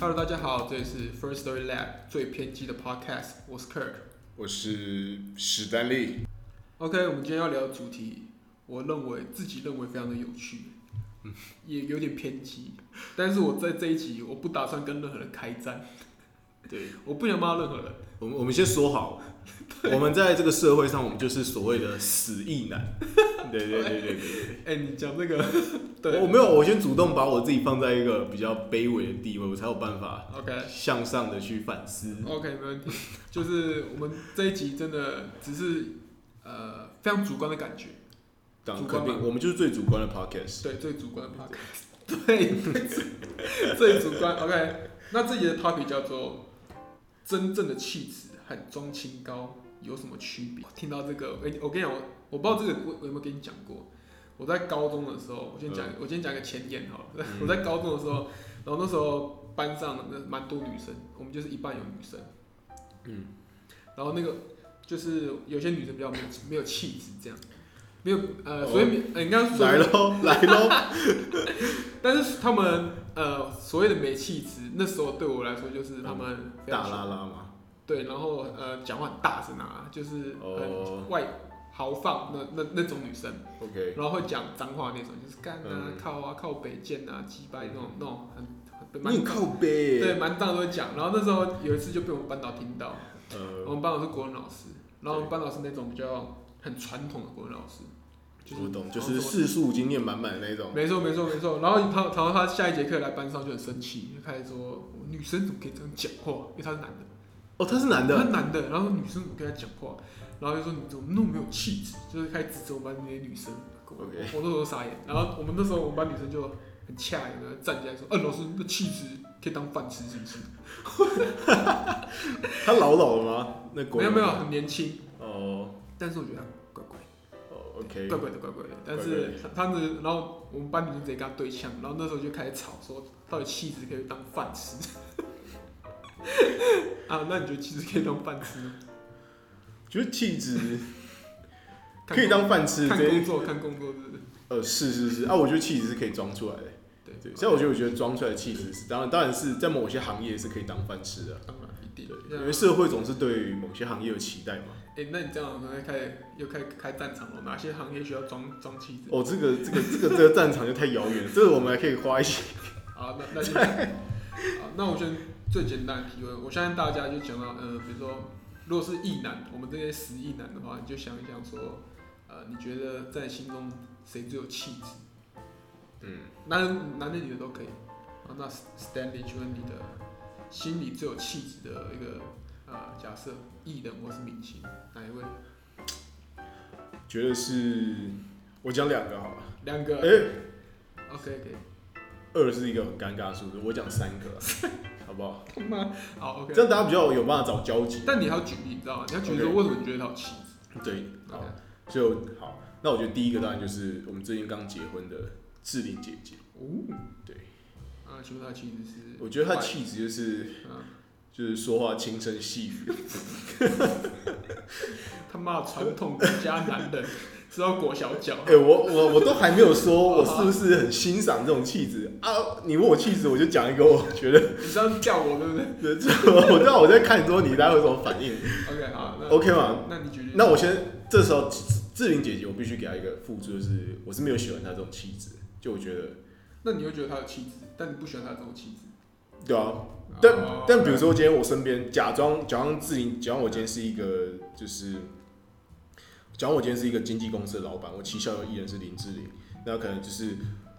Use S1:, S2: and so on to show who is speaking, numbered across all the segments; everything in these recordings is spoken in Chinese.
S1: Hello，大家好，这里是 First Story Lab 最偏激的 Podcast，我是 Kirk。
S2: 我是史丹利。
S1: OK，我们今天要聊的主题，我认为自己认为非常的有趣，
S3: 嗯
S1: 也有点偏激，但是我在这一集我不打算跟任何人开战，
S3: 对，
S1: 我不想骂任何人。
S3: 我们我们先说好， 我们在这个社会上，我们就是所谓的死意男。对对对对对对
S1: 哎、你讲这 个，
S3: 对，
S1: 对
S3: 我没有，我先主动把我自己放在一个比较卑微的地位，我才有办法
S1: ，OK。
S3: 向上的去反思。
S1: OK，没问题。就是我们这一集真的只是呃非常主观的感觉，
S3: 当
S1: 主
S3: 然
S1: 观
S3: 肯
S1: 吧
S3: 定，我们就是最主观 的 podcast。
S1: 对，最主观的 podcast，对， 最主观。OK，那这集的 topic 叫做“真正的气质和装清高有什么区别”。听到这个，哎、我跟你讲，我我不知道这个我我有没有跟你讲过。我在高中的时候，我先
S3: 嗯
S1: 讲，我先讲个前言好了。 我在高中的时候，然后那时候班上那蛮多女生，我们就是一半有女生，
S3: 嗯，
S1: 然后那个就是有些女生比较没有没有气质，这样没有呃，所以没呃，应该说
S3: 哦来喽，来喽！
S1: 但是他们呃所谓的没气质，那时候对我来说就是他们非常
S3: 大拉拉嘛，
S1: 对，然后呃讲话很大声啊，就是
S3: 哦
S1: 很外豪放那那那种女生，
S3: ，OK，
S1: 然后会讲脏话那种，就是干啊、
S3: 嗯
S1: 靠啊、靠北见啊、鸡掰那种那种很很
S3: 你
S1: 蛮
S3: 很靠背
S1: 对
S3: 耶，
S1: 蛮脏都讲。然后那时候有一次就被我们班导听到，
S3: 呃，
S1: 我们班导是国文老师，然后我们班导是那种比较很传统的国文老师，就是
S3: 我懂，就
S1: 然后
S3: 是
S1: 什么
S3: 世俗经验满满的那种。
S1: 没错没错没错，然后他然后他下一节课来班上就很生气，就开始说女生怎么可以这样讲话，因为他是男的，
S3: 哦，他是男
S1: 他是
S3: 的，
S1: 男的，然后女生怎么跟他讲话，然后就说你怎么那么没有气质，就是开始指责我们班那些女生。我
S3: OK
S1: 我那时候傻眼，然后我们那时候我们班女生就很恰，有的站起来说，嗯、老师那气质可以当饭吃是不是？
S3: 他老老的吗？那国
S1: 没有
S3: 人
S1: 没有，很年轻，
S3: 哦
S1: 但是我觉得他怪怪的。
S3: 哦，OK，
S1: 怪怪的，怪怪的。但
S3: 怪怪
S1: 是他他们，然后我们班女生直接跟他对呛，然后那时候就开始吵，说到底气质可以当饭吃 啊？那你觉得气质可以当饭吃吗？
S3: 就是气质
S1: 看
S3: 可以当饭吃，
S1: 看
S3: 这
S1: 工作，看工作是不是？
S3: 呃是是是啊，我觉得气质是可以装出来的。
S1: 对
S3: 对，像我觉得，我觉得装出来的气质是，当然，当然是在某些行业是可以当饭吃的。
S1: 当然一定。
S3: 对，因为
S1: 对，啊
S3: 社会总是对于某些行业有期待嘛。
S1: 哎、那你这样可能开始又开开战场了，哪些行业需要装装气质？
S3: 哦，这个这个这个这个战场就太遥远了，这个我们还可以花一些。
S1: 啊，那那就好，那我先最简单的提问，我相信大家就讲到，呃，比如说，如果是异男，我们这些十亿男的话，你就想一想说，呃，你觉得在心中谁最有气质？
S3: 嗯，
S1: 男人、男的、女的都可以。啊，那 Stanley，请问你的心里最有气质的一个呃假设，艺人或是明星，哪一位？
S3: 觉得是，我讲两个好了。
S1: 两个。
S3: 哎、
S1: OK OK。
S3: 二是一个很尴尬的数字，我讲三个啊，好不好？
S1: 他妈，好 OK
S3: 这。样大家比较有办法找交集。
S1: 啊但你还要举例，你知道吗？你要举例说
S3: OK
S1: 为什么你觉得他有气质
S3: 对，好
S1: ？OK，，
S3: 就好。那我觉得第一个当然就是我们最近刚结婚的志玲姐姐，
S1: 哦，
S3: 对，
S1: 啊，请问他的气质是？
S3: 我觉得她气质就是
S1: 嗯
S3: 就是说话轻声细语，
S1: 他妈的传统国家男人， 知道裹小 脚。
S3: 哎、我我我都还没有说，我是不是很欣赏这种气质啊？你问我气质，我就讲一个我觉得，
S1: 你这样叫我对不对
S3: 我知道我在看说你大家有什么反应
S1: ？OK，好，那
S3: ，OK 吗？
S1: 那你觉得？
S3: 那我先这时候志志玲姐姐，我必须给她一个付出，就是我是没有喜欢她这种气质，就我觉得，
S1: 那你会觉得他有气质，但你不喜欢他这种气质。
S3: 对啊，但、
S1: 哦
S3: 但比如，说今天我身边假装假装志玲，假装我今天是一个就是，假装我今天是一个经纪公司的老板，我旗下的艺人是林志玲，那可能就是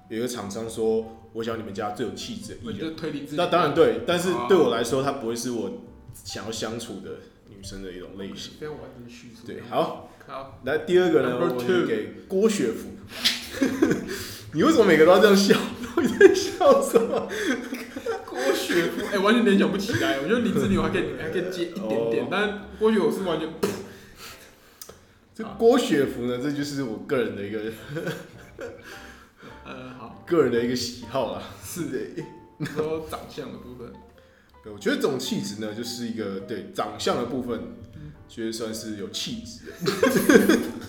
S3: 有一个厂商说，我想要你们家最有气质的
S1: 我
S3: 艺
S1: 就
S3: 人，
S1: 推理自己。
S3: 那当然对，但是
S1: 哦
S3: 对我来说，她不会是我想要相处的女生的一种类型。
S1: 非常完整的叙述。
S3: 对，好，
S1: 好，
S3: 那第二个呢，
S1: Number
S3: 我
S1: two
S3: 就给郭雪芙。 你为什么每个都要这样笑？ 你在笑什么？
S1: 郭雪芙，哎，完全联想不起来。我觉得林志玲我还可 以还可以接一点点
S3: 哦，
S1: 但郭雪我是完全
S3: 这郭雪芙呢？这就是我个人的一个
S1: 呃好，
S3: 个人的一个喜好啦。
S1: 是的。
S3: 对，
S1: 说长相的部分，
S3: 我觉得这种气质呢，就是一个对长相的部分，觉得算是有气质的。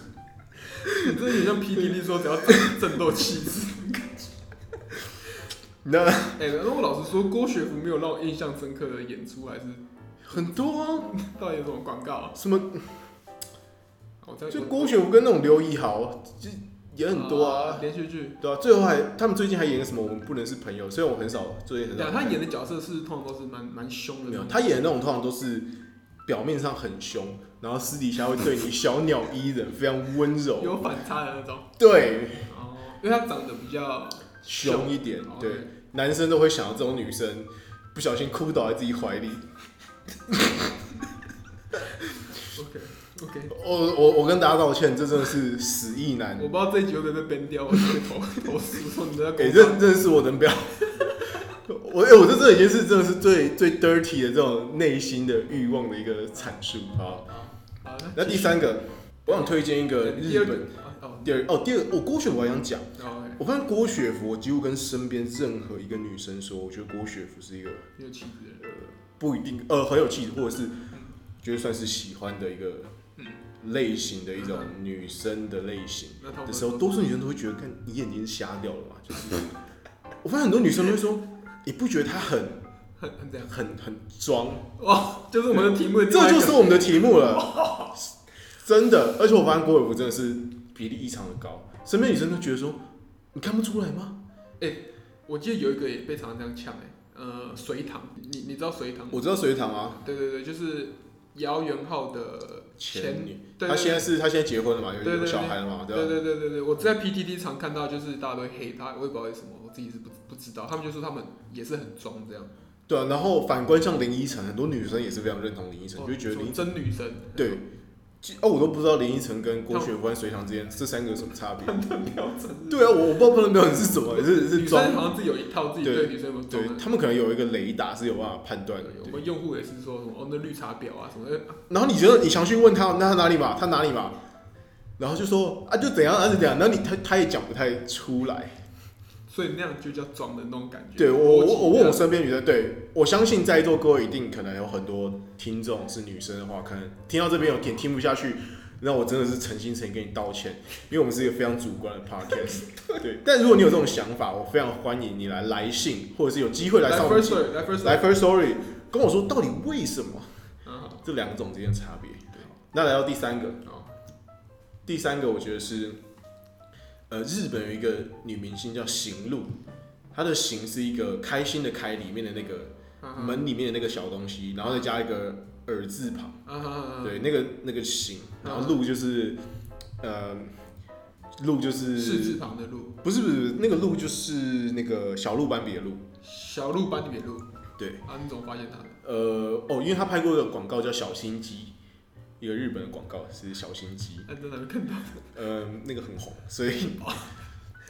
S1: 你这有点像 PDD 说只要正正斗气质。
S3: 那
S1: 哎、那我老实说，郭学福没有让我印象深刻的演出，还是
S3: 很多啊，
S1: 到底有什么广告、啊？
S3: 什么
S1: 我在
S3: 就郭雪芙跟那种刘以豪，就也很多
S1: 啊
S3: 啊，
S1: 连续剧。
S3: 对啊，最后还他们最近还演个什么《我们不能是朋友》，虽然我很少，最近很
S1: 对
S3: 少
S1: 啊，
S3: 看。
S1: 他演的角色是通常都是蛮蛮凶的
S3: 没
S1: 那
S3: 有，
S1: 种，
S3: 他演的那种通常都是表面上很凶，然后私底下会对你小鸟依人，非常温柔，
S1: 有反差的那种。
S3: 对，
S1: 哦，因为他长得比较
S3: 凶一点，
S1: 哦
S3: 对，男生都会想到这种女生不小心哭倒在自己怀里。
S1: OK OK，
S3: 我我我跟大家道歉，这真的是死意男
S1: 我不知道这一集会不会被编掉，我就会投投诉说你在给
S3: 给认认识我的人不要。我哎、我这这已经是真的是最最 dirty 的这种内心的欲望的一个阐述好，
S1: 哦好的。
S3: 那第三个，我想推荐一个
S1: 对第
S3: 日
S1: 二
S3: 本
S1: 哦哦
S3: 第二哦，第二我郭雪芙还想讲，
S1: 哦，
S3: 我看郭雪芙，我几乎跟身边任何一个女生说，我觉得郭雪芙是一个
S1: 哎有气质的人。
S3: 不一定呃很有气质，或者是觉得算是喜欢的一个类型的一种女生的类型。
S1: 那他们
S3: 的时候，多数女生都会觉得，看你眼睛是瞎掉了嘛？就是 我发现很多女生都会说，你不觉得她很
S1: 很很这样，
S3: 很很装？
S1: 哇，就是我们的题目的另外
S3: 这
S1: 一个，
S3: 就是我们的题目了，真的。而且我发现郭伟福真的是比例异常的高，身边女生都觉得说，你看不出来吗？
S1: 我记得有一个也被常常这样呛哎，呃，隋唐，你你知道隋唐吗？
S3: 我知道隋唐啊，
S1: 对对对，就是姚元浩的
S3: 前女，
S1: 对
S3: 她
S1: 对
S3: 现在是她现在结婚了嘛，有
S1: 对对
S3: 有
S1: 对
S3: 小孩了嘛，
S1: 对
S3: 吧？
S1: 对对对对，我在 PTT 常看到，就是大家都会黑他，我也不知道为什么，我自己是不不知道。他们就说他们也是很装这样，
S3: 对啊。然后反观像林依晨，很多女生也是非常认同林依晨，就会觉得
S1: 哦
S3: 林依晨
S1: 真女嗯神，
S3: 对。其哦，我都不知道林依晨跟郭雪芙跟隋唐之间这三个有什么差别。
S1: 哦标准。
S3: 对啊，我我不知道不能标准是什么，是是
S1: 女生
S3: 装。
S1: 好像自己有一套自己
S3: 对
S1: 对女生有装
S3: 对
S1: 的。
S3: 他们可能有一个雷达是有办法判断的。
S1: 我
S3: 对
S1: 们用户也是说什么哦，那绿茶婊啊什么的，
S3: 然后你觉得你详细问他，那他哪里嘛？他哪里嘛？然后就说啊，就怎样，啊就怎样。然后你他他也讲不太出来。
S1: 所以那样就叫装的那种感觉。
S3: 对我我我问我
S1: 是
S3: 身边女生，对我相信在座各位一定可能有很多听众是女生的话，可能听到这边有点听不下去，那我真的是诚心诚意跟你道歉，因为我们是一个非常主观的 podcast。对，但如果你有这种想法，我非常欢迎你来来信，或者是有机会来
S1: 来
S3: 上我们
S1: first
S3: 节
S1: story，来 first
S3: 来
S1: story，
S3: First Story 跟我说到底为什么
S1: 嗯好
S3: 这两种之间的差别。那来到第三个，哦
S1: 好
S3: 第三个我觉得是，呃，日本有一个女明星叫行路，她的行是一个开心的开里面的那个
S1: 嗯好
S3: 门里面的那个小东西，然后再加一个耳字旁，
S1: 嗯好好好
S3: 对，那个那个行，
S1: 嗯
S3: 然后路就是，呃，路就是
S1: 字
S3: 是。
S1: 旁的路，
S3: 不是不是，不是那个路就是那个小鹿斑比的鹿，
S1: 小鹿斑点路
S3: 对，
S1: 啊，你怎么发现他的？
S3: 呃，哦，因为他拍过一个广告叫小心机，一个日本的广告是小心机，
S1: 那哎在哪里 看到？
S3: 呃，那个很红，所以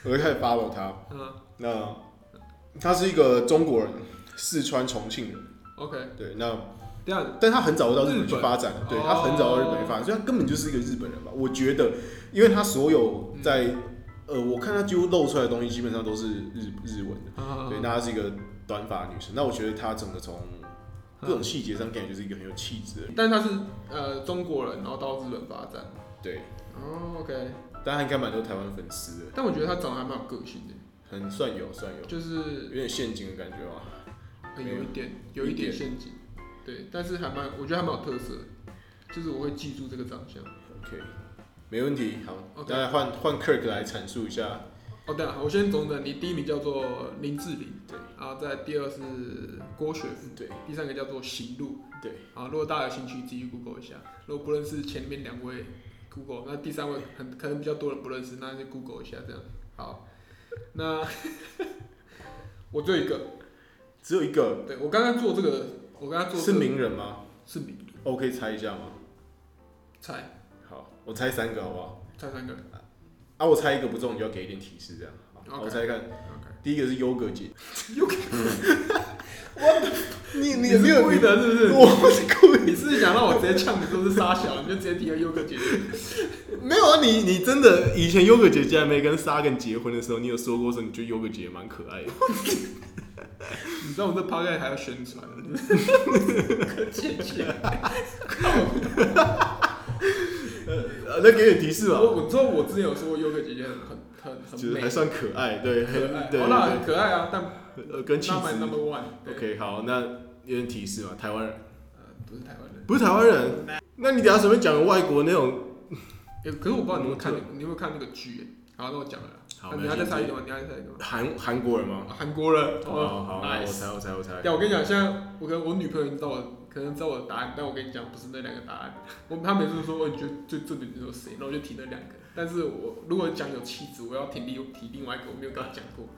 S3: 我就开始 follow 他。
S1: 嗯
S3: 那他是一个中国人，四川重庆人，
S1: ，OK，
S3: 对，那
S1: 这样
S3: 但他很早就到日本
S1: 日
S3: 去
S1: 本
S3: 发展了，对
S1: 哦
S3: 他很早到日本去发展，所以他根本就是一个日本人吧？我觉得，因为他所有在、呃，我看他几乎露出来的东西基本上都是日日文的，
S1: 啊
S3: 对，那她是一个短发女生，那我觉得她整个从各种细节上感觉就是一个很有气质的人，
S1: 但他是呃中国人，然后到日本发展。
S3: 对，
S1: 哦，OK，
S3: 但她应该蛮多台湾粉丝的，
S1: 但我觉得他长得还蛮有个性的，
S3: 很算有算有，
S1: 就
S3: 有
S1: 是
S3: 点陷阱的感觉吧。
S1: 呃有一点有一点陷阱，对，但是还蛮，我觉得还蛮有特色的，就是我会记住这个长相。
S3: OK，没问题。好
S1: OK
S3: 那来换换 Kirk 来阐述一下。
S1: 哦，对了，我先总整，你第一名叫做林志玲，
S3: 对
S1: 然后再第二是郭雪芙，
S3: 对
S1: 第三个叫做行路。
S3: 对，
S1: 啊，如果大家有兴趣，自己 Google 一下。如果不认识前面两位，Google，那第三位很可能比较多人不认识，那就 Google 一下这样。好，那我只有一个，
S3: 只有一个
S1: 对我刚刚做这个，我刚刚做、这
S3: 是
S1: 个、
S3: 名人吗？
S1: 是名
S3: 我可以猜一下吗？
S1: 猜
S3: 好，我猜三个好不好？
S1: 猜三个
S3: 啊，我猜一个不中，你就要给一点提示，这样。好
S1: OK
S3: 我猜看，
S1: ，OK，
S3: 第一个是优格 姐。
S1: 又
S3: 你
S1: 你是故意的，是不是？
S3: 我不是故
S1: 你是想让我直接呛你说是沙小，你就直接提个优格姐姐。
S3: 意，没有啊！你你真的以前优格姐姐还没跟沙根结婚的时候，你有说过说你觉得优格姐姐蛮可爱的。
S1: 你知道我们这 p o d c a 还要宣传， 可姐姐，靠！
S3: 呃，那给点提示吧，
S1: 我我知道我之前有说过优格姐姐很很很
S3: 觉
S1: 很
S3: 得
S1: 美，
S3: 还算可爱，对，
S1: 可爱，
S3: 对
S1: 好
S3: 对
S1: 啦，
S3: 对
S1: 很可爱啊，但
S3: 呃，跟气
S1: Not my
S3: 质。
S1: number one 对。
S3: OK，好，那有点提示嘛，台湾人
S1: 呃，不是台湾人。
S3: 不是台湾人，那你等一下随便讲个外国那种，
S1: 哎，可是我不知道你有没有看那个，你有没有看那个剧？哎好，那我讲了啦。
S3: 好，
S1: 啊
S3: 没
S1: 你还
S3: 关
S1: 在
S3: 系
S1: 猜一个吗？你还在猜一个吗？
S3: 韩韩国人吗？
S1: 啊韩国人。哦，
S3: 哦，好，那我
S1: nice
S3: 猜，我猜，我猜。
S1: 对，我跟你讲，现在我跟我女朋友已经知道我，可能知道我的答案，但我跟你讲，不是那两个答案。我她每次说，哦，你觉得最最准的是谁？那我就提那两个。但是我如果讲有气质，我要提另提另外一个，我没有跟她讲过。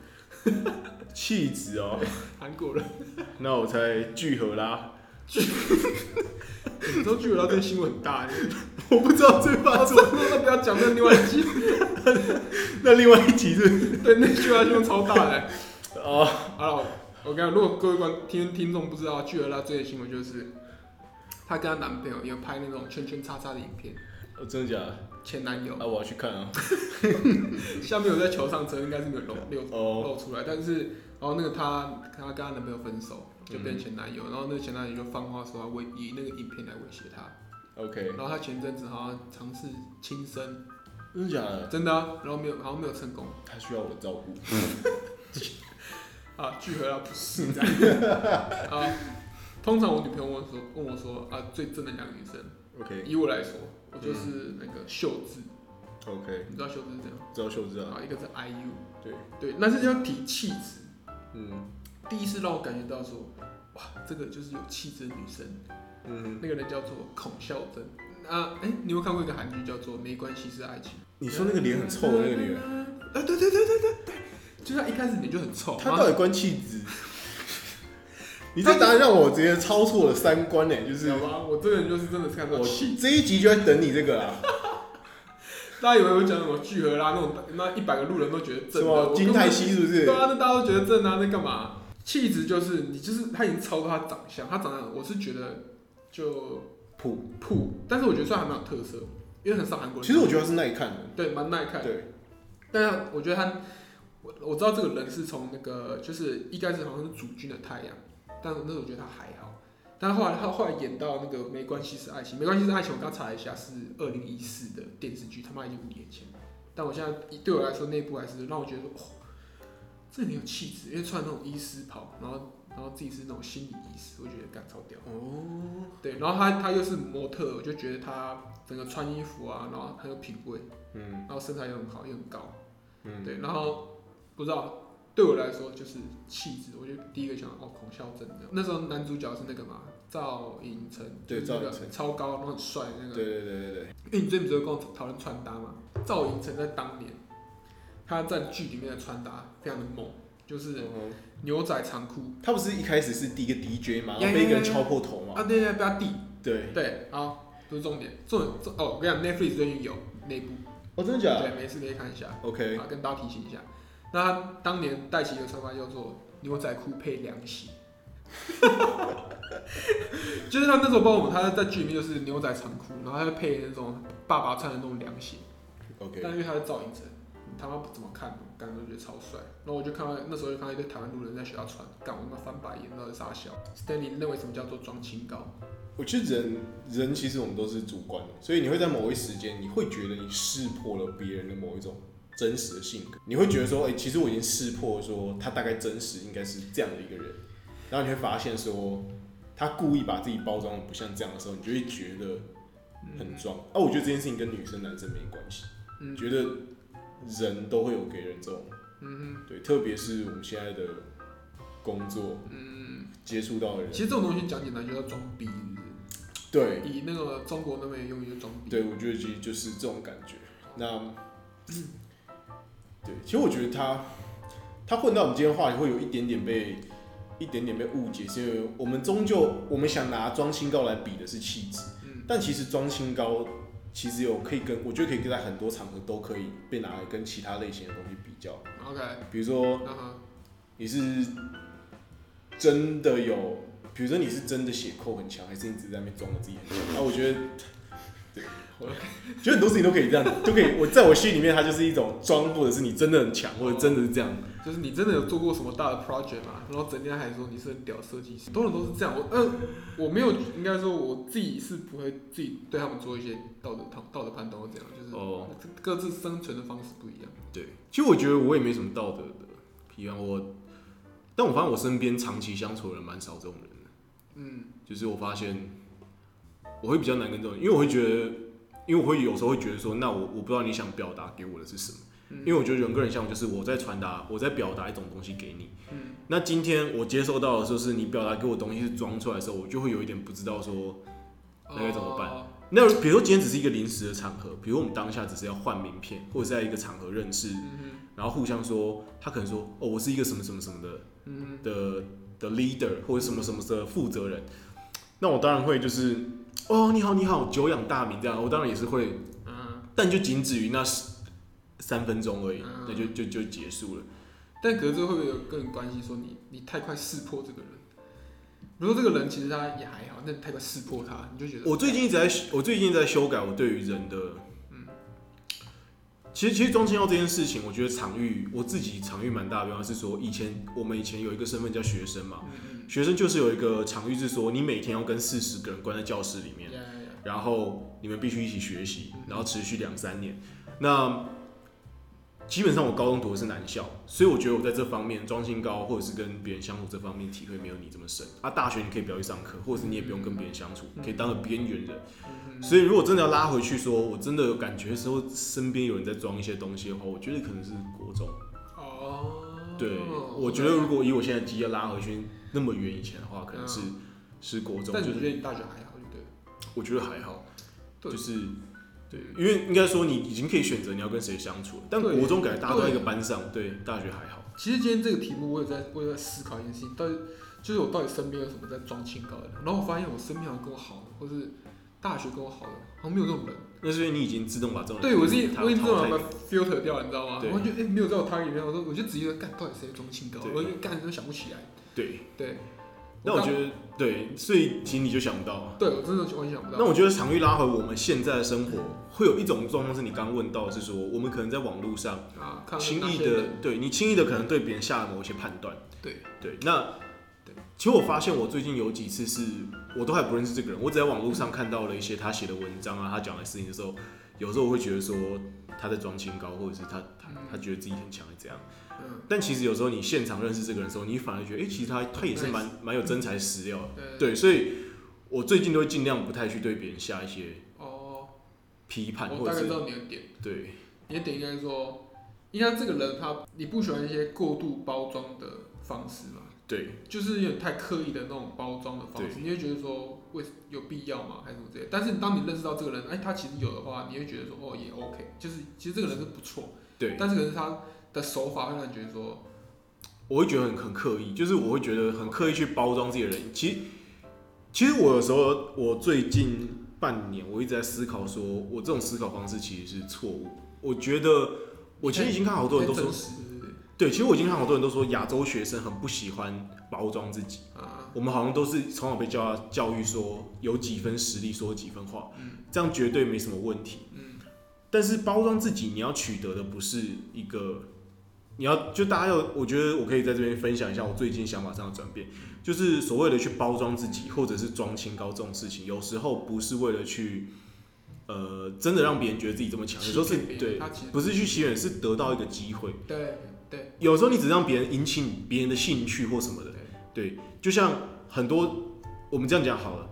S3: 气质哦，
S1: 韩国人，
S3: 那我猜聚合啦。
S1: 你知道剧本到这个新闻很大，
S3: 我不知道最发
S1: 我那不要讲那另外一集，
S3: 那另外一集是
S1: 对，那剧本新闻超大的。
S3: 哦，
S1: 好了，我跟你讲，如果各位观听听众不知道，巨儿拉最近的新闻就是，她跟她男朋友有拍那种圈圈叉叉的影片，
S3: 哦真的假的？
S1: 前男友
S3: 啊，我要去看啊。
S1: 下面有在球上车，应该是没有露露
S3: 哦，
S1: 露出来，但是然后那个她她跟她男朋友分手，就变成前男友，然后那个前男友就放话说要威以那个影片来威胁她，
S3: OK，
S1: 然后她前阵子好像尝试轻生，
S3: 真的假的？
S1: 真的啊、然后没有好像没有成功
S3: 他需要我的照顾。
S1: 啊，聚合拉不是这样 啊。通常我女朋友问我说问我说啊最正的两个女生。
S3: OK
S1: 以我来说，我
S3: 嗯
S1: 就是那个秀智，
S3: OK，
S1: 你知道秀智是怎样？
S3: 知道秀智
S1: 然
S3: 啊？
S1: 后一个是 IU，
S3: 对
S1: 对，那是要提气质。
S3: 嗯
S1: 第一次让我感觉到说，哇，这个就是有气质的女生。
S3: 嗯，
S1: 那个人叫做孔孝真啊，哎、你有没有看过一个韩剧叫做《没关系是爱情》？
S3: 你说那个脸很臭的那个女人，
S1: 啊，对对对对对对，就是她一开始脸就很臭，
S3: 她
S1: 然
S3: 到
S1: 后
S3: 底关气质？ 你这答案让我直接超错了三观呢，就是
S1: 好吧，我这个人就是真的是看到
S3: 我
S1: 气。
S3: 这一集就在等你这个啊，
S1: 大家以为我讲什么聚合啦，那种那一百个路人都觉得
S3: 什
S1: 正的，我
S3: 么
S1: 根
S3: 金
S1: 本
S3: 泰熙是不
S1: 对
S3: 是？
S1: 啊，那大家都觉得正啊，那干嘛？气质就是你，就是他已经超过他长相，他长相我是觉得就
S3: 普，
S1: 普，但是我觉得算还蛮有特色，因为很少韩国人。
S3: 其实我觉得她是耐看的，
S1: 对蛮耐看，
S3: 对，
S1: 但是啊我觉得他，我我知道这个人是从那个就是一开始好像是主君的太阳，但那时候我觉得他还好，但后来他后来演到那个没关系是爱情，没关系是爱情，我刚查了一下是二零一四的电视剧，他妈已经五年前了，但我现在对我来说那一部还是让我觉得说，哦，这很有气质，因为穿那种医师袍，然后然后自己是那种心理医师，我觉得干超屌。
S3: 哦，
S1: 对，然后他他又是模特，我就觉得他整个穿衣服啊，然后很有品味，
S3: 嗯
S1: 然后身材又很好，又很高。
S3: 嗯，
S1: 对，然后不知道对我来说就是气质，我就第一个想到哦孔孝真的。那时候男主角是那个嘛赵寅成，
S3: 对
S1: 就是那
S3: 赵寅
S1: 个
S3: 成
S1: 超高然后很帅的那
S3: 对
S1: 个。
S3: 对对对对，
S1: 因为你最近不是跟我讨论穿搭嘛？赵寅成在当年他在剧里面的穿搭非常的猛，就是
S3: 嗯
S1: 牛仔长裤
S3: 他不是一开始是第一个 DJ 嘛，
S1: 呀
S3: 然后被一个
S1: 呀呀
S3: 人敲破头嘛？
S1: 啊，对对，不要地，
S3: 对，
S1: 对，好，不是重点，重点重哦，我跟你讲，Netflix 最近有那部，
S3: 哦，真的假
S1: 对，
S3: 的
S1: 没事可以看一下。
S3: ？OK，
S1: 啊，跟大家提醒一下，那他当年带起一个穿法叫做牛仔裤配凉 鞋，就是他那时候帮我们，他在剧里面就是牛仔长裤，然后他就配那种爸爸穿的那种凉鞋，但
S3: OK，
S1: 因为他是赵寅成，他妈不怎么看，感觉觉得超帅，然后我就看到那时候就看到一堆台湾路人在学校穿，干我他妈翻白眼，那是傻笑。Stanley 认为什么叫做装清高？
S3: 我觉得人人其实我们都是主观的，所以你会在某一时间，你会觉得你识破了别人的某一种真实的性格，你会觉得说，哎、其实我已经识破说他大概真实应该是这样的一个人，然后你会发现说他故意把自己包装的不像这样的时候，你就会觉得很装。啊，我觉得这件事情跟女生男生没关系，
S1: 嗯
S3: 觉得人都会有给人这种
S1: 嗯
S3: 对，特别是我们现在的工作
S1: 哼嗯，
S3: 接触到的人
S1: 其，实这种东西讲简单就叫装逼，是不是
S3: 对
S1: 以那个中国那边的用语就装逼。
S3: 对，我觉得其实就是这种感觉。那，对，其实我觉得他他混到我们今天的话题会有一点点被一点点被误解，是因为我们终究我们想拿装清高来比的是气质，
S1: 嗯
S3: 但其实装清高其实有可以跟我觉得可以在很多场合都可以被拿来跟其他类型的东西比较，
S1: ，OK，
S3: 比如说
S1: 那好。
S3: 你是真的有，比如说你是真的血扣很强，还是你只是在那边装的自己很强？啊，我觉得，对，我觉得很多事情都可以这样，都可以。我在我心里面，它就是一种装，或者是你真的很强，或者真的是这样。
S1: 就是你真的有做过什么大的 project 吗？然后整天还说你是很屌设计师，很多人都是这样。我呃，我没有，应该说我自己是不会自己对他们做一些道德判道德判断或怎样，就是
S3: 哦
S1: 各自生存的方式不一样。
S3: 对，其实我觉得我也没什么道德的批判，我但我发现我身边长期相处的人蛮少这种人的，
S1: 嗯，
S3: 就是我发现我会比较难跟这种人，因为我会觉得，因为我会有时候会觉得说，那我我不知道你想表达给我的是什么，
S1: 嗯
S3: 因为我觉得人跟人相处就是我在传达，我在表达一种东西给你，
S1: 嗯
S3: 那今天我接收到的时候是你表达给我的东西是装出来的时候，我就会有一点不知道说，那该怎么办
S1: 哦
S3: 那比如说今天只是一个临时的场合，比如我们当下只是要换名片，或者是在一个场合认识，
S1: 嗯
S3: 然后互相说，他可能说哦，我是一个什么什么什么的
S1: 哼嗯
S3: 的的 leader 或者什么什么的负责人，那我当然会就是哦，你好你好，久仰大名这样，我当然也是会
S1: 哼嗯，
S3: 但就仅止于那十三分钟而已
S1: 嗯，
S3: 那就就就结束了。
S1: 但可是这会不会有个人关系？说你你太快识破这个人，如果这个人其实他也还好，那你太快识破他，你就觉得
S3: 我最近一直在，我最近一直在修改我对于人的，嗯其实其实装腔药这件事情，我觉得场域我自己场域蛮大的，比方是说以前我们以前有一个身份叫学生嘛，
S1: 嗯嗯
S3: 学生就是有一个场域是说你每天要跟四十个人关在教室里面
S1: 呀。呀呀，
S3: 然后你们必须一起学习
S1: 嗯，
S3: 然后持续两三年。那基本上我高中读的是男校，所以我觉得我在这方面装性高，或者是跟别人相处这方面体会没有你这么深。啊，大学你可以不要去上课，或者是你也不用跟别人相处，
S1: 嗯
S3: 可以当个边缘人。
S1: 嗯
S3: 所以如果真的要拉回去说，我真的有感觉的时候，身边有人在装一些东西的话，我觉得可能是国中。
S1: 哼哦，
S3: 对，我觉得如果以我现在职业拉回去那么远以前的话，可能是、是国中，
S1: 嗯但
S3: 就
S1: 你
S3: 是
S1: 觉得你大学还好，对不
S3: 我觉得还好，
S1: 对
S3: 就是对，因为应该说你已经可以选择你要跟谁相处了，但
S1: 对
S3: 国中感觉大家都在一个班上，对，大学还好。
S1: 对？其实今天这个题目，我也在我也在思考一件事情，到底就是我到底身边有什么在装清高的人？然后我发现我身边好像跟我好的，或是大学跟我好的，好像没有这种人。
S3: 那是因为你已经自动把这种人
S1: 对我是
S3: 淘
S1: 我已经这种
S3: 淘汰
S1: 把
S3: 掉
S1: 它 filter 掉了，你知道吗？
S3: 对
S1: 然后就哎、没有在我 target 里面，我说我就直接干到底谁装清高，
S3: 对
S1: 我就干都想不起来。
S3: 对，
S1: 对，
S3: 那我
S1: 刚
S3: 觉得对，所以其实你就想不到啊。
S1: 对我真的完全想不到。
S3: 那我觉得常遇拉回我们现在的生活，会有一种状况是你刚问到，是说我们可能在网络上
S1: 啊，看
S3: 轻
S1: 那
S3: 易
S1: 些
S3: 的
S1: 人，，
S3: 对你轻易的可能对别人下了某一些判断。
S1: 对
S3: 对，那
S1: 对
S3: 其实我发现我最近有几次是我都还不认识这个人，我只在网络上看到了一些他写的文章啊，他讲的事情的时候，有时候我会觉得说他在装清高，或者是他他
S1: 嗯
S3: 他觉得自己很强，这样。
S1: 嗯，
S3: 但其实有时候你现场认识这个人的时候，你反而觉得，哎、其实他他也是蛮蛮有真材实料的。
S1: 对，
S3: 对，所以我最近都会尽量不太去对别人下一些
S1: 哦，
S3: 批判，
S1: 我
S3: 或
S1: 大
S3: 者
S1: 概知
S3: 是
S1: 道你的点，
S3: 对
S1: 你的点应该说，应该这个人他你不喜欢一些过度包装的方式嘛，
S3: 对
S1: 就是有点太刻意的那种包装的方式，你会觉得说为有必要吗，还是什么之类的。但是当你认识到这个人，哎，他其实有的话，你会觉得说哦也 OK，就是其实这个人是不错，
S3: 对，
S1: 但是可是他的手法会让你觉得说，
S3: 我会觉得很很刻意，就是我会觉得很刻意去包装自己的人。其实，其实我有时候，我最近半年我一直在思考说，我这种思考方式其实是错误。我觉得，我其实已经看好多人都
S1: 太
S3: 说
S1: 真，实对不对
S3: 对，其实我已经看好多人都说亚洲学生很不喜欢包装自己。
S1: 啊，
S3: 我们好像都是从小被教教育说有几分实力说几分话，
S1: 嗯
S3: 这样绝对没什么问题。
S1: 嗯
S3: 但是包装自己，你要取得的不是一个，你要就大家要，我觉得我可以在这边分享一下我最近想法上的转变，就是所谓的去包装自己，或者是装清高这种事情，有时候不是为了去，呃，真的让别人觉得自己这么强，有时候是
S1: 欺骗别人
S3: 对，
S1: 他其实
S3: 不是去欺人，是得到一个机会。
S1: 对对
S3: 有时候你只让别人引起你别人的兴趣或什么的，对，就像很多我们这样讲好了，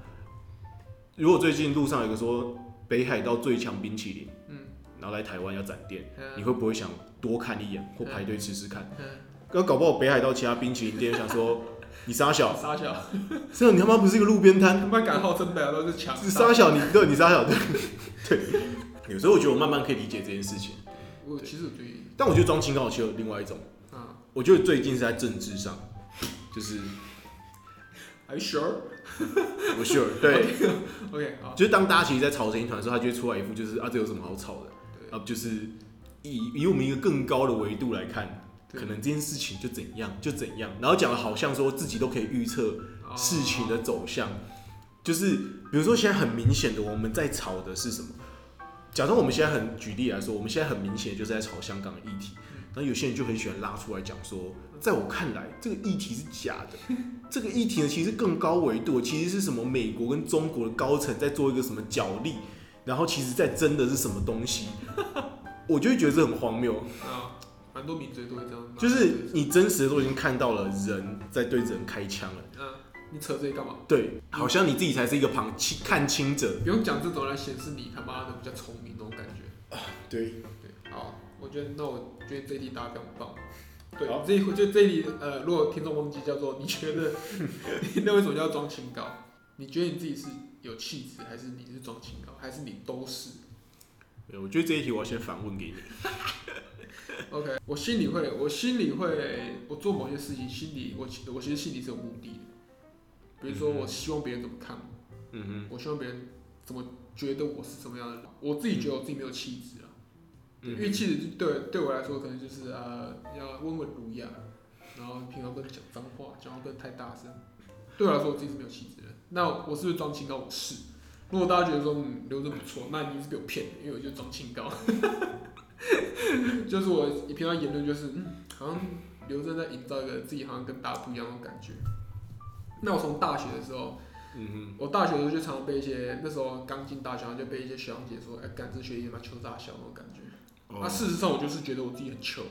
S3: 如果最近路上有个说北海道最强冰淇淋，
S1: 嗯，
S3: 然后来台湾要展店，
S1: 嗯
S3: 你会不会想多看一眼或排队吃吃看？
S1: 嗯，
S3: 那搞不好北海道其他冰淇淋店想 说你傻小，
S1: 傻 小，
S3: 这你他妈不是一个路边摊，
S1: 他妈敢号称北海道是强
S3: 是傻小 你对，你傻小对 对。有时候我觉得我慢慢可以理解这件事情，
S1: 我其实我觉得，
S3: 但我觉得装清高其实有另外一种，
S1: 啊
S3: 我觉得最近是在政治上，就是
S1: ，Are you sure？OK，、
S3: 不 sure 对。
S1: 好，
S3: 就是当大家其实，在吵成一团的时候，他就会出来一副就是啊，这有什么好吵的？啊，就是以以我们一个更高的维度来看，
S1: 对
S3: 可能这件事情就怎样就怎样，然后讲的好像说自己都可以预测
S1: 哦
S3: 事情的走向，就是比如说现在很明显的我们在吵的是什么？假装我们现在很举例来说，我们现在很明显就是在吵香港的议题，然后有些人就很喜欢拉出来讲说，在我看来这个议题是假的，这个议题呢其实更高维度，其实是什么美国跟中国的高层在做一个什么角力，然后其实在争的是什么东西，我就会觉得这很荒谬。
S1: 啊，蛮蛮多名嘴都会这样。
S3: 就是你真实的都已经看到了人在对人开枪了，
S1: 嗯，你扯这些干嘛？
S3: 对，好像你自己才是一个旁亲看清者。
S1: 不用讲这种来显示你他妈的比较聪明那种感觉。
S3: 对，
S1: 对，好，我觉得那我觉得这一题答得非常棒。对
S2: 好，
S1: 这一就这一题，呃，如果听众忘记叫做你觉得 你那为什么叫装清高？你觉得你自己是有气质，还是你是装清高，还是你都是？
S3: 我觉得这一题我要先反问给你。
S1: OK，我心里会，我心里会，我做某些事情，心里我其我其实心里是有目的的。比如说，
S3: 嗯哼
S1: 我希望别人怎么看我，
S3: 嗯
S1: 我希望别人怎么觉得我是什么样的人。我自己觉得我自己没有气质啊，
S3: 哼，
S1: 因为
S3: 嗯，
S1: 气质对对我来说可能就是呃要温文儒雅，然后平常不能讲脏话，讲话不能太大声。对我来说，我自己是没有气质的。那我是不是装清高？我是。如果大家觉得说嗯刘真不错，那你就是被我骗的，因为我就装清高。 就是我平常言论就是嗯，好像刘真在营造一个自己好像跟大家不一样的感觉。那我从大学的时候，
S3: 嗯
S1: 我大学的时候就常常被一些那时候刚进大学，然后就被一些学长姐说，哎、干这学弟妈球大小那种感觉。
S3: 哼，
S1: 那、
S3: 哦，
S1: 事实上，我就是觉得我自己很 糗，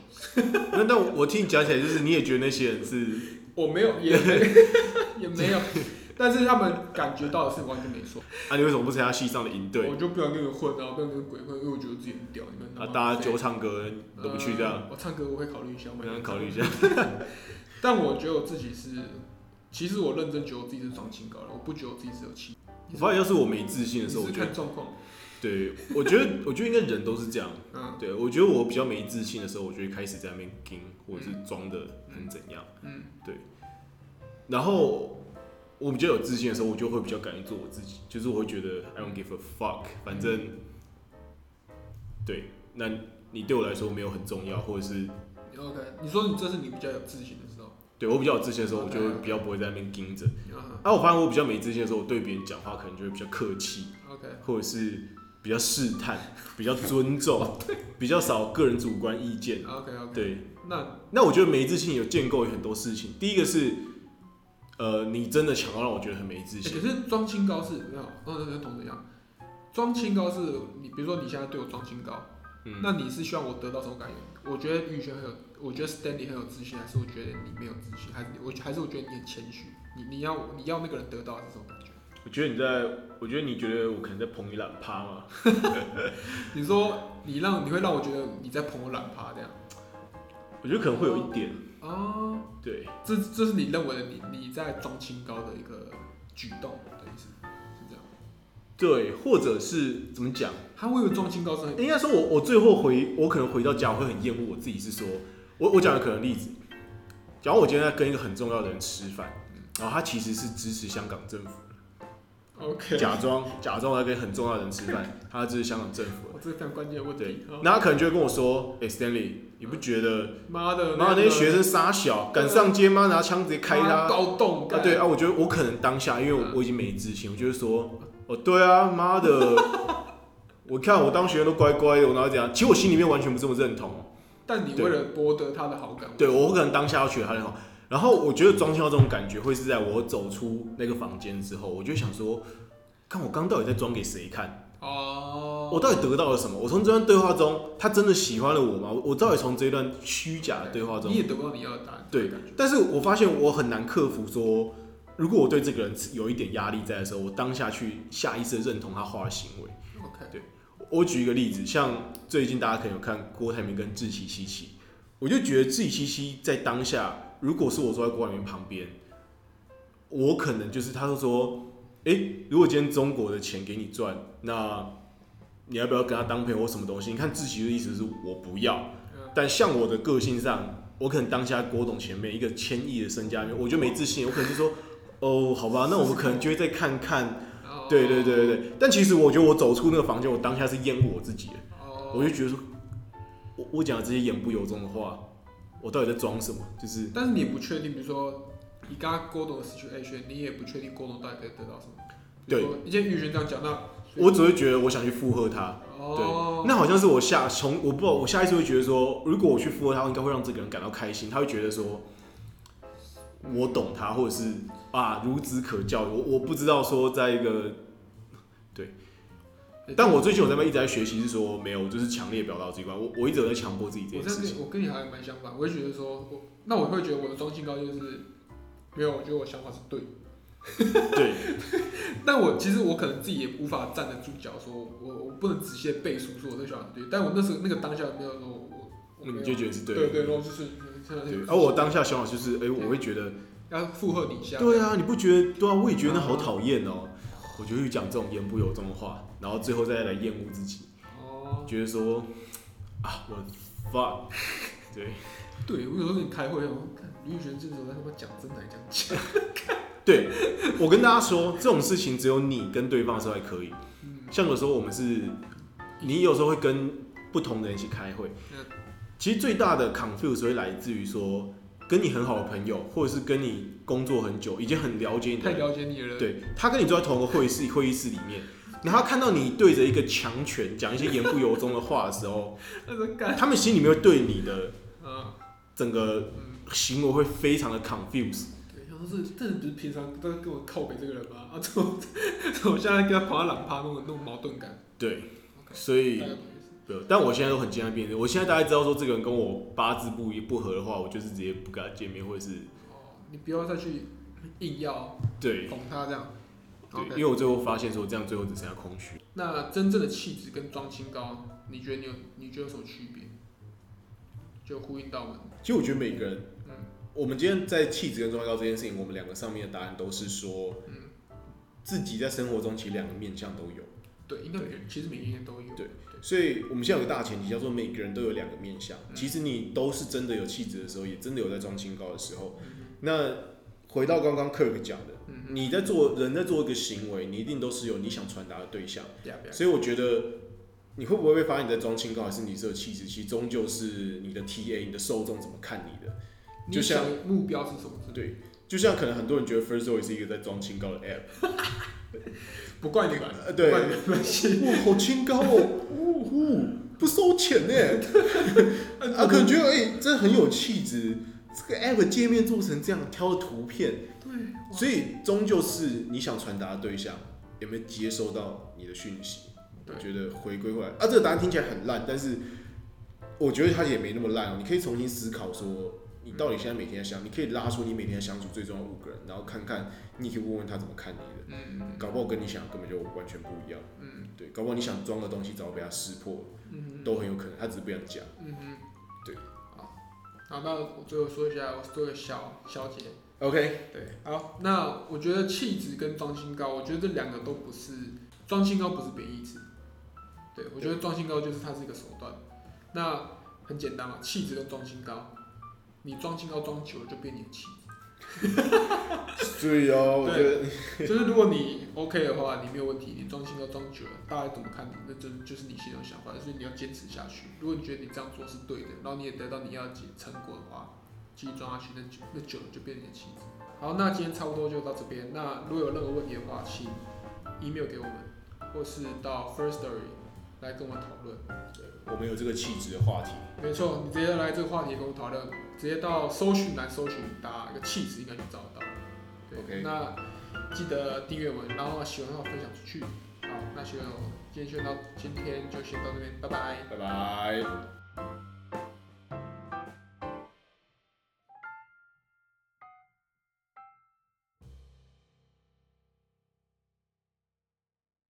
S3: 那但我我听你讲起来，就是你也觉得那些人是，
S1: 我没有，也没 也没有，但是他们感觉到的是完全没错。
S3: 啊，你为什么不参加系上的营队
S1: 我就不想跟你们混啊，我不想跟你们鬼混，因为我觉得自己很屌，你们
S3: 啊？大家就唱歌
S1: 呃
S3: 都不去这样，
S1: 我唱歌我会考虑一下，我
S3: 我
S1: 们
S3: 想考虑一下。
S1: 但我觉得我自己是，其实我认真觉得我自己是装清高的，我不觉得我自己是有气。
S3: 我发现，要是我没自信
S1: 你
S3: 的时
S1: 是
S3: 候，我觉
S1: 看
S3: 得，
S1: 状况，
S3: 对，我觉得，我觉得应该人都是这样。
S1: 嗯
S3: 对，我觉得我比较没自信的时候，我就会开始在那边盯，或者是装的很怎样。
S1: 嗯，
S3: 然后我比较有自信的时候，我就会比较敢于做我自己，就是我会觉得 I don't give a fuck，反
S1: 嗯
S3: 正对，那你对我来说没有很重要，或者是
S1: OK，你说你这是你比较有自信的时候，
S3: 对我比较有自信的时候，我就会比较不会在那边盯着。
S1: 嗯
S3: 啊，我发现我比较没自信的时候，我对别人讲话可能就会比较客气，
S1: ，OK，
S3: 或者是比较试探， 比较尊重，比较少个人主观意见。
S1: OK OK，
S3: 对，
S1: 啊那
S3: 那我觉得没自信有建构很多事情。第一个是，呃，你真的想要让我觉得很没自
S1: 欸
S3: 信
S1: 可，是装清高是没有，嗯，跟同怎样？装清高是你，比如说你现在对我装清高，
S3: 嗯，
S1: 那你是希望我得到什么感觉？我觉得宇轩很有，我觉得 Stanley 很有自信，还是我觉得你没有自信，还是我还是我觉得你很谦虚？你你要我你要那个人得到的是什么感觉？
S3: 我觉得你在，我觉得你觉得我可能在捧你懒趴嘛？
S1: 你说你让你会让我觉得你在捧我懒趴这样
S3: 我觉得可能会有一点，
S1: 哦，
S3: 对，
S1: 这这是你认为的你你在装清高的一个举动的意思是这样？
S3: 对，或者是怎么讲？
S1: 他会有装清高是很
S3: 应该说我，我最后回，我可能回到家，我会很厌恶我自己。是说，我我讲的可能例子，假如我今天在跟一个很重要的人吃饭，然后他其实是支持香港政府，
S1: OK，
S3: 假装假装我在跟很重要的人吃饭，他支持香港政府。
S1: 哦我这是非常关键的问
S3: 对
S1: 题。哦好，
S3: 那他可能就会跟我说：“哎、s t a n l e y 你不觉得
S1: 妈的，
S3: 妈那
S1: 个
S3: 些学生傻小，敢上街妈拿枪直接开他？”
S1: 高动
S3: 啊，
S1: 感，
S3: 对啊，我觉得我可能当下，因为我
S1: 嗯
S3: 我已经没自信，我就会说，哦，对啊，妈的，我看我当学生都乖乖的，我哪会这样？其实我心里面完全不这么认同哦，
S1: 但你为了博得他的好感，
S3: 对我可能当下要觉得他很好。然后我觉得装腔这种感觉会是在我走出那个房间之后，我就想说，看我刚到底在装给谁看？
S1: 哦，
S3: 我到底得到了什么？我从这段对话中，他真的喜欢了我吗？我我到底从这段虚假的对话中
S1: 你，也得不到你要的答案，
S3: 对
S1: 这种感觉，
S3: 但是我发现我很难克服说，如果我对这个人有一点压力在的时候，我当下去下意识地认同他画的行为。
S1: ，OK，
S3: 我举一个例子，像最近大家可能有看郭台铭跟志奇西奇，我就觉得志奇西奇在当下，如果是我坐在郭台铭旁边，我可能就是他就说，诶，如果今天中国的钱给你赚，那你要不要跟他当朋友或什么东西？你看志奇的意思是我不要，
S1: 嗯
S3: 但像我的个性上，我可能当下郭董前面一个千亿的身家里面，我就没自信，我可能就说，哦，好吧，那我们可能就会再看看。
S1: 哦
S3: 对对对对，对。但其实我觉得我走出那个房间，我当下是厌恶我自己的，
S1: 哦，
S3: 我就觉得说，我我讲的这些言不由衷的话，我到底在装什么？就是
S1: 但是你也不确定，比如说你刚刚郭董的失去 A 圈，你也不确定郭董到底可以得到什么，比如说，一件玉轩这样讲，那
S3: 我只会觉得我想去附和他。
S1: 哦，
S3: 那好像是我下从我不知道，我下意识会觉得说，如果我去附和他，我应该会让这个人感到开心，他会觉得说，我懂他，或者是啊孺子可教。我我不知道说，在一个
S1: 欸
S3: 但我最近我在那边一直在学习，是说没有，就是强烈表达我自己观，我我一直有在强迫自己这
S1: 我
S3: 件
S1: 这样
S3: 事
S1: 跟
S3: 情。
S1: 我跟你还蛮相反，我会觉得说，我那我会觉得我的中性高就是没有，我觉得我想法是对的，
S3: 对，
S1: 但我其实我可能自己也无法站得住脚，说我我不能仔细地背书说我这想法是对的，但我那时候那个当下没有说我我没
S3: 你
S1: 有
S3: 就觉得是
S1: 对
S3: 对的。
S1: 对，然后就是嗯真的
S3: 对
S1: 是
S3: 而我当下想法就是，哎、我会觉得，
S1: 要附和你一下，
S3: 对啊，你不觉得？对啊，我也觉得那好讨厌哦。我就会讲这种言不由衷的话，然后最后再来厌恶自己，
S1: 哦，
S3: 觉得说啊，我 fuck，对
S1: 对我有时候跟你开会，我看李宇轩这时候在他妈讲真来讲假，
S3: 对，我跟大家说，这种事情只有你跟对方的时候还可以，
S1: 嗯，
S3: 像有时候我们是，你有时候会跟不同的人一起开会
S1: 嗯，
S3: 其实最大的 confuse 会来自于说，跟你很好的朋友，或者是跟你工作很久，已经很了解你的
S1: 太
S3: 人，
S1: 了解你了，，
S3: 对他跟你坐在同一个会议室会议室里面，然后他看到你对着一个强权讲一些言不由衷的话的时候，
S1: 那个干，
S3: 他们心里面会对你的
S1: 啊，
S3: 整个
S1: 嗯，
S3: 行为会非常的 confuse。
S1: 对，然后这这人不是平常都在跟我靠北这个人吗？啊， 怎么怎么现在跟他跑到懒趴弄弄矛盾感
S3: 对，
S1: ？OK，
S3: 所以
S1: 大概懂意思
S3: 对，但我现在都很尽量辩证。我现在大概知道说这个人跟我八字不一不合的话，我就是直接不跟他见面，或者是
S1: 哦，你不要再去硬要
S3: 对
S1: 捧他这样。
S3: 对，因
S1: OK，
S3: 为我最后发现说这样最后只剩下空虚。
S1: 那真正的气质跟装清高，你觉得你有你觉得有什么区别？就呼应到我们，
S3: 其实我觉得每个人，
S1: 嗯
S3: 我们今天在气质跟中高这件事情，我们两个上面的答案都是说，
S1: 嗯
S3: 自己在生活中其实两个面向都有。
S1: 对，应该每个人其实每一天都有。
S3: 对所以我们现在有个大前提，叫做每个人都有两个面相。
S1: 嗯
S3: 其实你都是真的有气质的时候，也真的有在装清高的时候。
S1: 嗯
S3: 那回到刚刚 Kirk 讲的，
S1: 嗯嗯，
S3: 你在做人在做一个行为，你一定都是有你想传达的对象。
S1: 对啊对啊
S3: 所以我觉得你会不会被发现你在装清高，还是你是有气质？其实终究是你的 TA、你的受众怎么看你的。
S1: 你
S3: 就像
S1: 想的目标是什么？
S3: 对就像可能很多人觉得 First Story 是一个在装清高的 app，
S1: 不怪你们，
S3: 呃对
S1: 不怪你们。
S3: 哇，好清高哦，呜呼，不收钱 呢。啊，可能觉得哎、这很有气质，这个 app 界面做成这样，挑的图片，
S1: 对，哇
S3: 所以终究是你想传达的对象有没有接收到你的讯息。
S1: 对
S3: 我觉得回归回来啊，这个答案听起来很烂，但是我觉得它也没那么烂哦。你可以重新思考说，你到
S1: 嗯
S3: 底现在每天在想，你可以拉出你每天在相处最重要的五个人，然后看看你也可以问问他怎么看你的，
S1: 嗯
S3: 搞不好跟你想的根本就完全不一样。
S1: 嗯
S3: 对，搞不好你想装的东西早被他识破了，
S1: 嗯
S3: 都很有可能，他只是不想讲。
S1: 嗯嗯，
S3: 对，
S1: 好，好，那我最后说一下，我做个小小姐。
S3: OK，
S1: 对，好，那我觉得气质跟装清高，我觉得这两个都不是，装清高不是贬义词。对，我觉得装清高就是它是一个手段。那很简单嘛，气质跟装清高，你装清高装久了就变你的气
S3: 所以哦，我觉得
S1: 质。 就是如果你 OK 的话，你没有问题，你装清高装久了，大家怎么看你，那真就是你心中想法，所以你要坚持下去。如果你觉得你这样做是对的，然后你也得到你要的成果的话，继续装下去，那久那久了就变成你的气质。好，那今天差不多就到这边。那如果有任何问题的话，请 email 给我们，或是到 First Story 来跟我们讨论。
S3: 我们有这个气质的话题。
S1: 没错，你直接来这个话题跟我讨论，直接到搜寻栏搜寻，打一个气质应该就找得到。对
S3: OK
S1: 那记得订阅我们，然后喜欢的话分享出去。好，那希望今天就到今天就先到这边，拜拜。
S3: 拜拜。